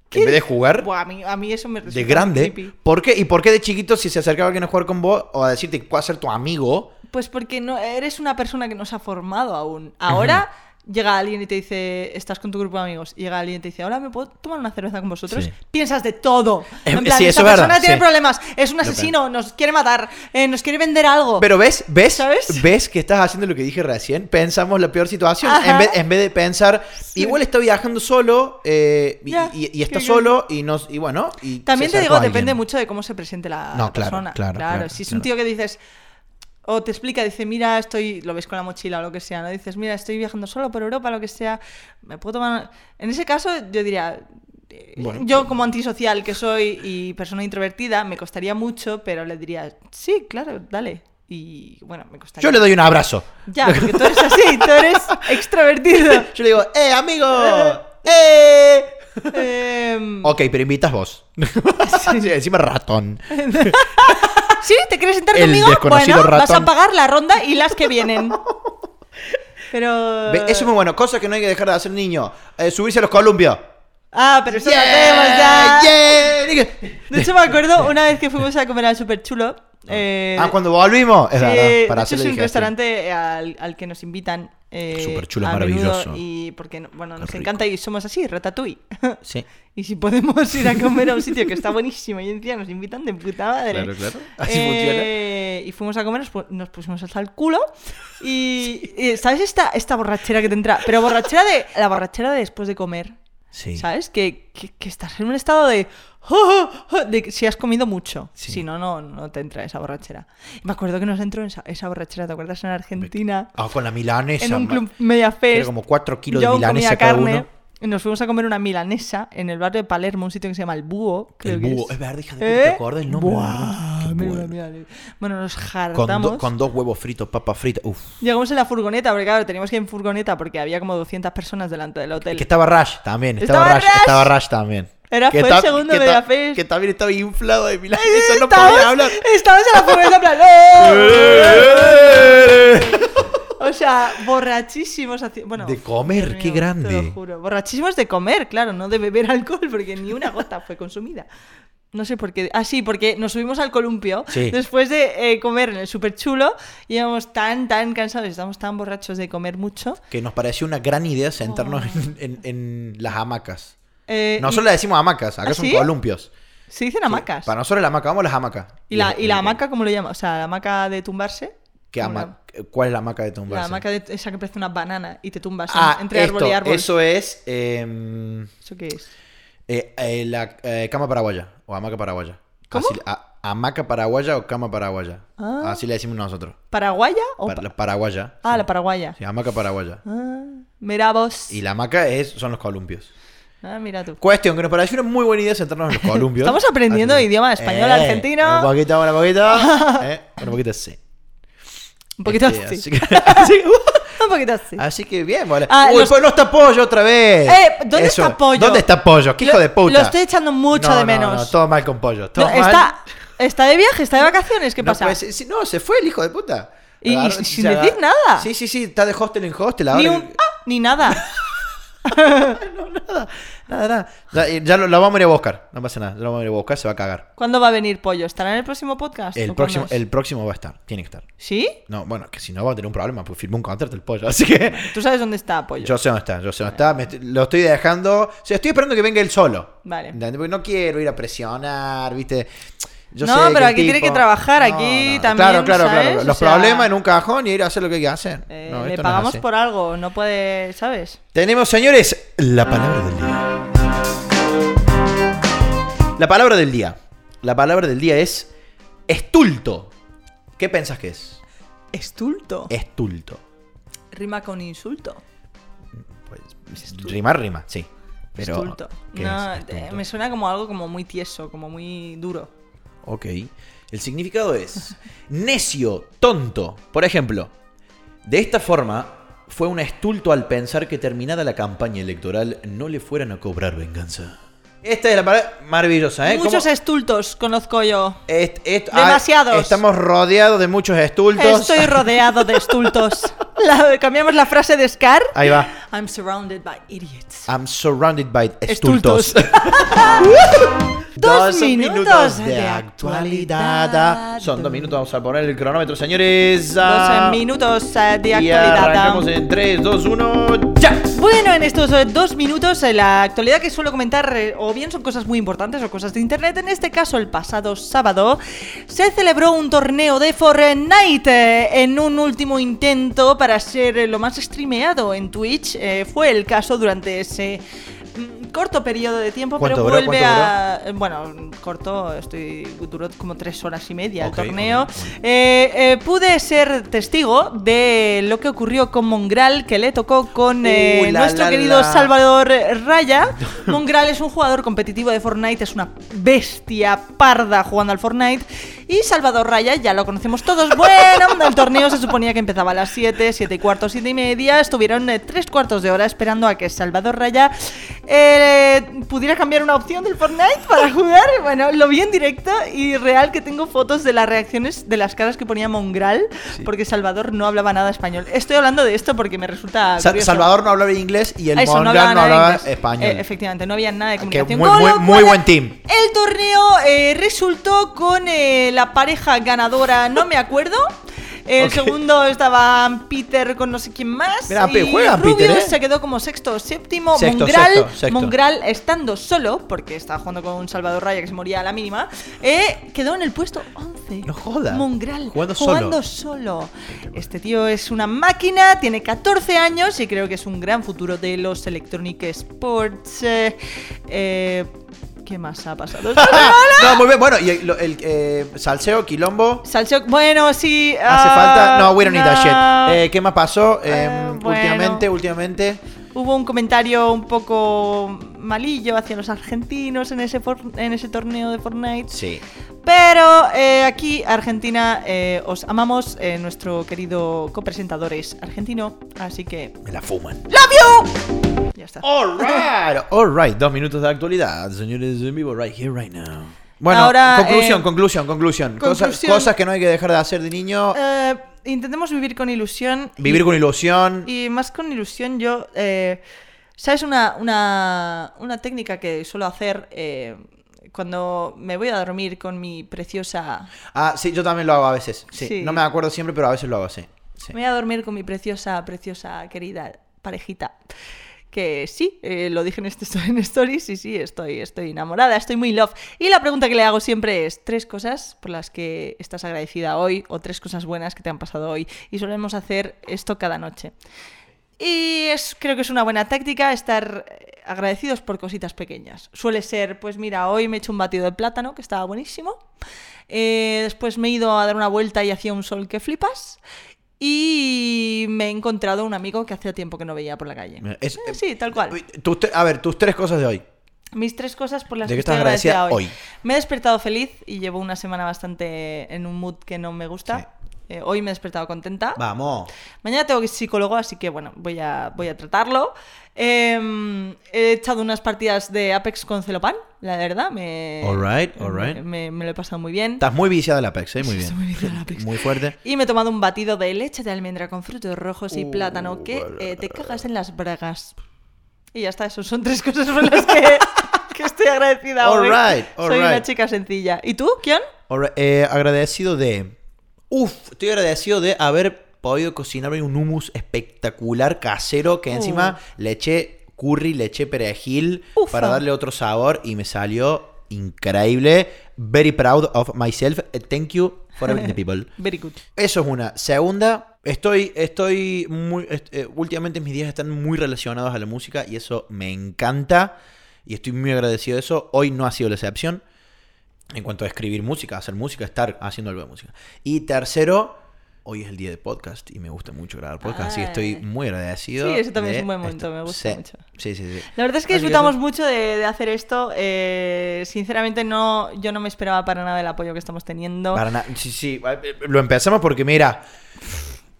A: ¿Qué?
B: En vez de jugar.
A: Buah, a, mí, a mí eso me resulta
B: de
A: muy
B: grande.
A: creepy.
B: ¿Por qué? ¿Y por qué de chiquito si se acercaba alguien a jugar con vos o a decirte que pueda ser tu amigo?
A: Pues porque no eres una persona que no se ha formado aún. Ahora llega alguien y te dice, estás con tu grupo de amigos, y llega alguien y te dice, ahora me puedo tomar una cerveza con vosotros.
B: Sí.
A: Piensas de todo.
B: Eh,
A: En plan,
B: sí,
A: esta
B: eso es verdad,
A: persona tiene
B: sí.
A: problemas, es un
B: que-
A: asesino, nos quiere matar, eh, nos quiere vender algo.
B: Pero ves, ves,
A: ¿Sabes?
B: ves que estás haciendo lo que dije recién. Pensamos la peor situación.
A: Ajá.
B: En vez, en vez de pensar,
A: Sí.
B: igual está viajando solo eh, y,
A: Ya,
B: y- y está
A: qué
B: solo y, no, y bueno. Y
A: También
B: se
A: te
B: acercó
A: digo,
B: alguien.
A: depende mucho de cómo se presente la
B: No, claro,
A: persona.
B: claro, claro,
A: si es un
B: claro.
A: tío que dices o te explica, dice, mira, estoy, lo ves con la mochila o lo que sea, no dices, mira, estoy viajando solo por Europa, lo que sea, me puedo tomar. una-". En ese caso, yo diría, eh,
B: Bueno.
A: yo como antisocial que soy y persona introvertida, me costaría mucho, pero le diría, sí, claro, dale. Y bueno, me costaría.
B: Yo le doy un abrazo.
A: Ya, porque tú eres así, tú eres extrovertido.
B: Yo le digo, ¡eh, amigo! ¡Eh!
A: Em,
B: Ok, pero invitas vos. Sí, Encima ratón.
A: ¿Sí? ¿Te quieres sentar
B: El
A: conmigo?
B: desconocido
A: Bueno, vas a
B: ratón.
A: pagar la ronda y las que vienen. Pero.
B: Ve, Eso es muy bueno. Cosas que no hay que dejar de hacer niño. Eh, subirse a los columpios.
A: Ah, pero eso lo
B: Yeah,
A: hacemos ya.
B: yeah, nigga.
A: De hecho, me acuerdo una vez que fuimos a comer al Super Chulo. Eh,
B: ah, cuando volvimos. Es
A: sí,
B: verdad,
A: de
B: para
A: hecho,
B: hacerle
A: es un
B: digestión.
A: restaurante al, al que nos invitan. Eh,
B: Superchulo es
A: a menudo
B: maravilloso.
A: Y porque, no- bueno,
B: Qué
A: nos
B: rico.
A: encanta y somos así, ratatouille.
B: Sí.
A: y si podemos ir a comer a un sitio que está buenísimo y encima nos invitan de puta madre.
B: Claro, claro. Así
A: Eh, Y fuimos a comer, nos pu- nos pusimos hasta el culo. Y, y, ¿sabes esta, esta borrachera que te entra? Pero borrachera de. La borrachera de después de comer.
B: Sí.
A: ¿Sabes? Que, que- que estás en un estado de... "Oh, oh, oh", de que si has comido mucho.
B: Sí.
A: Si no, no, no te entra esa borrachera. Me acuerdo que nos entró esa, esa borrachera, ¿te acuerdas? En Argentina,
B: Ah, con la milanesa.
A: en un
B: ma-
A: club media
B: que
A: fest.
B: Era como 4 kilos
A: yo
B: de
A: comía
B: milanesa cada
A: carne.
B: uno.
A: y Nos fuimos a comer una milanesa en el barrio de Palermo, un sitio que se llama El Búho. Creo
B: el
A: que
B: búho.
A: es.
B: Es verdad, hija de puta,
A: ¿Eh?
B: ¿te acuerdas el nombre?
A: Buah,
B: Qué
A: mira,
B: bueno.
A: mira, mira. Bueno, nos
B: Con, do-
A: hartamos.
B: con dos huevos fritos, papas fritas. Uf.
A: Llegamos en la furgoneta, porque claro, teníamos que ir en furgoneta porque había como 200 personas delante del hotel.
B: Que estaba Rush también. Estaba,
A: Estaba
B: Rush,
A: Rush.
B: Estaba Rush también.
A: Era-
B: que
A: fue el
B: ta-
A: segundo
B: que ta-
A: Mediafest.
B: Que también estaba inflado de milanesa. No
A: Estabas-
B: podía hablar.
A: estabas en la furgoneta en plan, ¡oh! O sea, borrachísimos. haci- Bueno,
B: De comer,
A: Dios
B: qué grande.
A: Te lo juro. Borrachísimos de comer, claro, no de beber alcohol, porque ni una gota fue consumida. No sé por qué. Ah, sí, porque nos subimos al columpio
B: Sí.
A: después de eh, comer en el super chulo. Íbamos tan, tan cansados, estábamos tan borrachos de comer mucho.
B: que nos pareció una gran idea sentarnos en, en- en las hamacas.
A: Eh, y-
B: Nosotros le decimos hamacas, acá
A: ¿Ah,
B: son
A: sí?
B: columpios.
A: Se dicen hamacas.
B: Para nosotros la hamaca, vamos a las hamacas.
A: ¿Y la, y la hamaca cómo lo llama? O sea, la hamaca de tumbarse.
B: ¿Qué
A: ¿Cómo
B: hamaca? ¿Cuál es la hamaca de tumbarse?
A: La, la hamaca de esa que parece una banana y te tumbas en-
B: Ah,
A: entre árbol
B: esto,
A: y árbol.
B: Eso es eh,
A: ¿Eso qué es?
B: eh, eh, la eh, cama paraguaya o hamaca paraguaya.
A: ¿Cómo?
B: Así- a- hamaca paraguaya o cama paraguaya.
A: Ah.
B: Así le decimos nosotros.
A: ¿Paraguaya o.?
B: Pa-
A: pa-
B: la paraguaya.
A: Ah,
B: sí.
A: la paraguaya.
B: Sí, hamaca paraguaya.
A: Ah, mira vos.
B: Y la hamaca es, son los columpios.
A: Ah, mira tú.
B: Cuestión, que nos pareció una muy buena idea sentarnos en los columpios.
A: Estamos aprendiendo
B: Así- eh,
A: idioma español, argentino.
B: Un poquito, un poquito. eh, un poquito sí.
A: Un poquito
B: Este,
A: así. uh,
B: Así que, así que-
A: Un poquito así.
B: así que bien, vale.
A: Ah,
B: Uy,
A: los-
B: pues no está pollo otra vez.
A: Eh, ¿dónde está Pollo?
B: ¿Dónde está pollo? ¿Qué hijo
A: Lo-
B: de puta?
A: lo estoy echando mucho
B: No,
A: de
B: no,
A: menos.
B: no, todo mal con pollo. Todo
A: No,
B: mal.
A: está, está de viaje, está de vacaciones. ¿Qué
B: No,
A: pasa?
B: pues, sí, no, se fue el hijo de puta.
A: Y- y
B: Agarró-
A: sin
B: se
A: decir
B: agarró-
A: nada.
B: Sí, sí, sí, está de hostel en hostel ahora.
A: ni un. ah, ni nada.
B: Nada, nada, nada. Ya, eh, ya lo, lo vamos a ir a buscar. No pasa nada, ya lo vamos a ir a buscar, se va a cagar.
A: ¿Cuándo va a venir pollo? ¿Estará en el próximo podcast?
B: El
A: ¿O cuándo
B: próximo,
A: es?
B: el próximo va a estar, tiene que estar.
A: ¿Sí?
B: No, bueno, que si no va a tener un problema, pues firmó un contrato el pollo, así que...
A: ¿Tú sabes dónde está pollo?
B: Yo sé dónde está, yo sé dónde está. me estoy- lo estoy dejando. O sea, estoy esperando que venga él solo.
A: Vale.
B: ¿Entendés? Porque no quiero ir a presionar, ¿viste? Yo
A: No,
B: sé que
A: pero
B: el
A: aquí tiene
B: tipo-
A: que trabajar, aquí también,
B: Claro, claro, claro.
A: ¿sabes?
B: Los
A: O sea,
B: problemas en un cajón y ir a hacer lo que hay que hacer.
A: Eh,
B: No,
A: le
B: esto no es
A: pagamos
B: así.
A: por algo, no puede, ¿sabes?
B: Tenemos, señores, la palabra del día. La palabra del día. La palabra del día es estulto. ¿Qué pensás que es?
A: Estulto.
B: Eh. Estulto.
A: Rima con insulto.
B: Pues, rimar, rima, sí. Pero,
A: estulto.
B: ¿qué
A: No,
B: es
A: eh,
B: estulto?
A: me suena como algo como muy tieso, como muy duro.
B: Ok. El significado es necio, tonto. Por ejemplo, de esta forma fue un estulto al pensar que terminada la campaña electoral no le fueran a cobrar venganza. Esta es la palabra maravillosa, ¿eh?
A: Muchos
B: ¿Cómo-
A: estultos conozco yo.
B: est- est- ah,
A: Demasiados.
B: estamos rodeados de muchos estultos.
A: Estoy rodeado de estultos. La- cambiamos la frase de Scar.
B: Ahí va.
A: I'm surrounded by idiots.
B: I'm surrounded by estultos.
A: Dos minutos de actualidad.
B: Son dos minutos. Vamos a poner el cronómetro, señores.
A: 12
B: Ah,
A: minutos eh, de
B: Y
A: actualidad.
B: arrancamos en 3, 2, 1, ya.
A: Bueno, en estos eh, dos minutos, eh, la actualidad que suelo comentar eh, o bien son cosas muy importantes o cosas de internet. En este caso, el pasado sábado se celebró un torneo de Fortnite eh, en un último intento para ser eh, lo más streameado en Twitch. Eh, fue el caso durante ese mm, corto periodo de tiempo, pero
B: ¿Cuánto duró?
A: vuelve
B: ¿Cuánto duró?
A: a... Eh, bueno, corto, estoy duró como tres horas y media
B: Ok,
A: el torneo.
B: ok, ok.
A: Eh, eh, pude ser testigo de lo que ocurrió con Mongral, que le tocó con eh,
B: Uh, la,
A: nuestro
B: la,
A: querido
B: la.
A: Salvador Raya. Mongral es un jugador competitivo de Fortnite, es una bestia parda jugando al Fortnite. Y Salvador Raya, ya lo conocemos todos. Bueno, el torneo se suponía que empezaba a las 7, 7 y cuarto, 7 y media. Estuvieron eh, tres cuartos de hora esperando a que Salvador Raya eh, pudiera cambiar una opción del Fortnite para jugar. Y Bueno, lo vi en directo y real que tengo fotos de las reacciones de las caras que ponía Mongral, porque Salvador no hablaba nada español. Estoy hablando de esto porque me resulta.
B: Sa-
A: Ah, curioso.
B: Salvador no hablaba inglés y el
A: Eso,
B: Mongrel
A: hablaba
B: no
A: nada de
B: hablaba
A: inglés.
B: español.
A: Eh, efectivamente, no había nada de
B: que
A: comunicación.
B: muy,
A: Con
B: muy,
A: lo
B: muy
A: cual,
B: buen team.
A: El torneo eh, resultó con eh, la pareja ganadora, no me acuerdo. El
B: Ok.
A: segundo estaba Peter con no sé quién más.
B: Mira,
A: y
B: pe- juega
A: Rubio
B: Peter, ¿eh?
A: se quedó como sexto o séptimo.
B: Sexto,
A: Mongral,
B: sexto, sexto.
A: Mongral, estando solo, porque estaba jugando con Salvador Raya que se moría a la mínima, eh, quedó en el puesto 11.
B: No joda.
A: Mongral,
B: Jugando
A: jugando solo. Este tío es una máquina, tiene 14 años y creo que es un gran futuro de los Electronic Sports. Eh, eh, ¿Qué más ha pasado?
B: Ah, no, muy bien. Bueno, y el, el, eh, salseo, quilombo.
A: Salseo, bueno, sí.
B: Hace
A: ah,
B: falta. No, we don't need that
A: no.
B: shit. Eh, ¿Qué más pasó? Eh,
A: Eh, bueno.
B: Últimamente, últimamente.
A: Hubo un comentario un poco malillo hacia los argentinos en ese, for- en ese torneo de Fortnite.
B: Sí.
A: Pero eh, aquí, Argentina, eh, os amamos, eh, nuestro querido copresentador es argentino, así que
B: Me la fuman.
A: ya está.
B: Alright, alright, dos minutos de actualidad, señores en vivo, right here, right now. Bueno,
A: Ahora,
B: conclusión,
A: eh,
B: conclusión, conclusión, Cosas-
A: conclusión.
B: Cosas, que no hay que dejar de hacer de niño.
A: Eh, intentemos vivir con ilusión. y-
B: Oh. vivir con ilusión.
A: Y más con ilusión, yo. eh, ¿Sabes una, una, una técnica que suelo hacer eh, cuando me voy a dormir con mi preciosa.
B: Ah, sí, yo también lo hago a veces. Sí,
A: Sí.
B: No me acuerdo siempre, pero a veces lo hago así. Sí.
A: Me voy a dormir con mi preciosa, preciosa, querida parejita. Que sí, eh, lo dije en, este, en Stories, y sí, estoy, estoy enamorada, estoy muy love. Y la pregunta que le hago siempre es: tres cosas por las que estás agradecida hoy o tres cosas buenas que te han pasado hoy. Y solemos hacer esto cada noche. Y es, creo que es una buena táctica estar eh, agradecidos por cositas pequeñas. Suele ser, pues mira, hoy me he hecho un batido de plátano que estaba buenísimo. Eh, después me he ido a dar una vuelta y hacía un sol que flipas. Y me he encontrado un amigo que hacía tiempo que no veía por la calle.
B: Es-
A: Eh, sí, tal cual.
B: Tus tre- a ver, tus tres cosas de hoy.
A: Mis tres cosas por las
B: ¿De
A: que
B: qué
A: estoy
B: estás agradecida
A: agradecida hoy.
B: hoy?
A: Me he despertado feliz y llevo una semana bastante en un mood que no me gusta. Eh, hoy me he despertado contenta.
B: Vamos.
A: Mañana tengo que ir psicólogo, así que bueno, voy a, voy a tratarlo. Em, he echado unas partidas de Apex con Celopan, la verdad. Me,
B: Alright, alright.
A: me- Me, me lo he pasado muy bien.
B: Estás muy viciada al Apex, ¿eh? Muy
A: Sí,
B: bien.
A: estoy muy viciada al Apex.
B: Muy fuerte.
A: Y me he tomado un batido de leche de almendra con frutos rojos y
B: Uh,
A: plátano que eh, te
B: bla,
A: cagas en las bragas. Y ya está, eso son tres cosas por las que, que estoy agradecida hoy.
B: Alright,
A: Soy una
B: alright.
A: chica sencilla. ¿Y tú, quién?
B: Alright, eh, agradecido de. Uf, estoy agradecido de haber podido cocinarme un hummus espectacular casero que encima le eché curry, le eché perejil
A: Ufa.
B: para darle otro sabor y me salió increíble. Very proud of myself. Eh, Thank you for everything, people.
A: Very good.
B: Eso es una. Segunda, estoy, estoy muy, est- eh, últimamente mis días están muy relacionados a la música y eso me encanta y estoy muy agradecido de eso. Hoy no ha sido la excepción en cuanto a escribir música, hacer música, estar haciendo algo de música. Y tercero, hoy es el día de podcast y me gusta mucho grabar podcast, así que estoy
A: Ah.
B: muy agradecido.
A: Sí, eso también
B: de
A: es un buen momento,
B: esto.
A: me gusta
B: Sí,
A: mucho.
B: Sí, sí, sí.
A: La verdad es que
B: Así que
A: disfrutamos
B: eso-
A: mucho de, de hacer esto. Eh, sinceramente, no, yo no me esperaba para nada el apoyo que estamos teniendo.
B: Para na- sí, sí, eh, lo empezamos porque mira,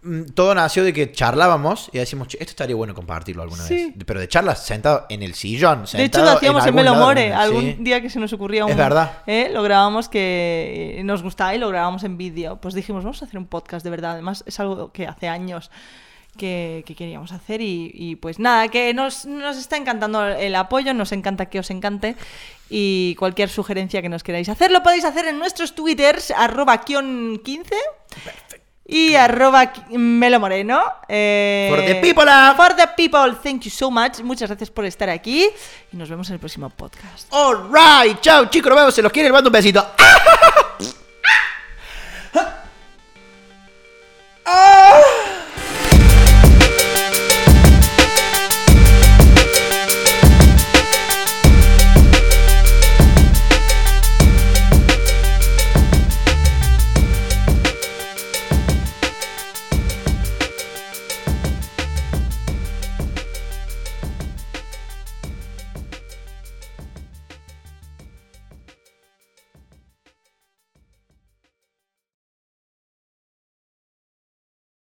B: mm, todo nació de que charlábamos y decimos, "Che, esto estaría bueno compartirlo alguna
A: Sí.
B: vez. Pero de charlas sentado en el sillón.
A: de hecho,
B: sentado
A: lo hacíamos en,
B: algún
A: Melo
B: lado,
A: More.
B: sí.
A: Algún día que se nos ocurría un.
B: Es verdad.
A: eh, Lo grabamos que eh, nos gustaba y lo grabamos en vídeo. Pues dijimos, vamos a hacer un podcast de verdad. Además, es algo que hace años. Que, que queríamos hacer y, y pues nada, que nos, nos está encantando el apoyo, nos encanta que os encante y cualquier sugerencia que nos queráis hacer lo podéis hacer en nuestros twitters arroba kion 15 y arroba qui- Melo Moreno. eh,
B: For the people, ah.
A: For the people, thank you so much. Muchas gracias por estar aquí y nos vemos en el próximo podcast.
B: All right, chao chicos, nos vemos, se los quiere, les mando un besito. ¡Ah! ¡Ah!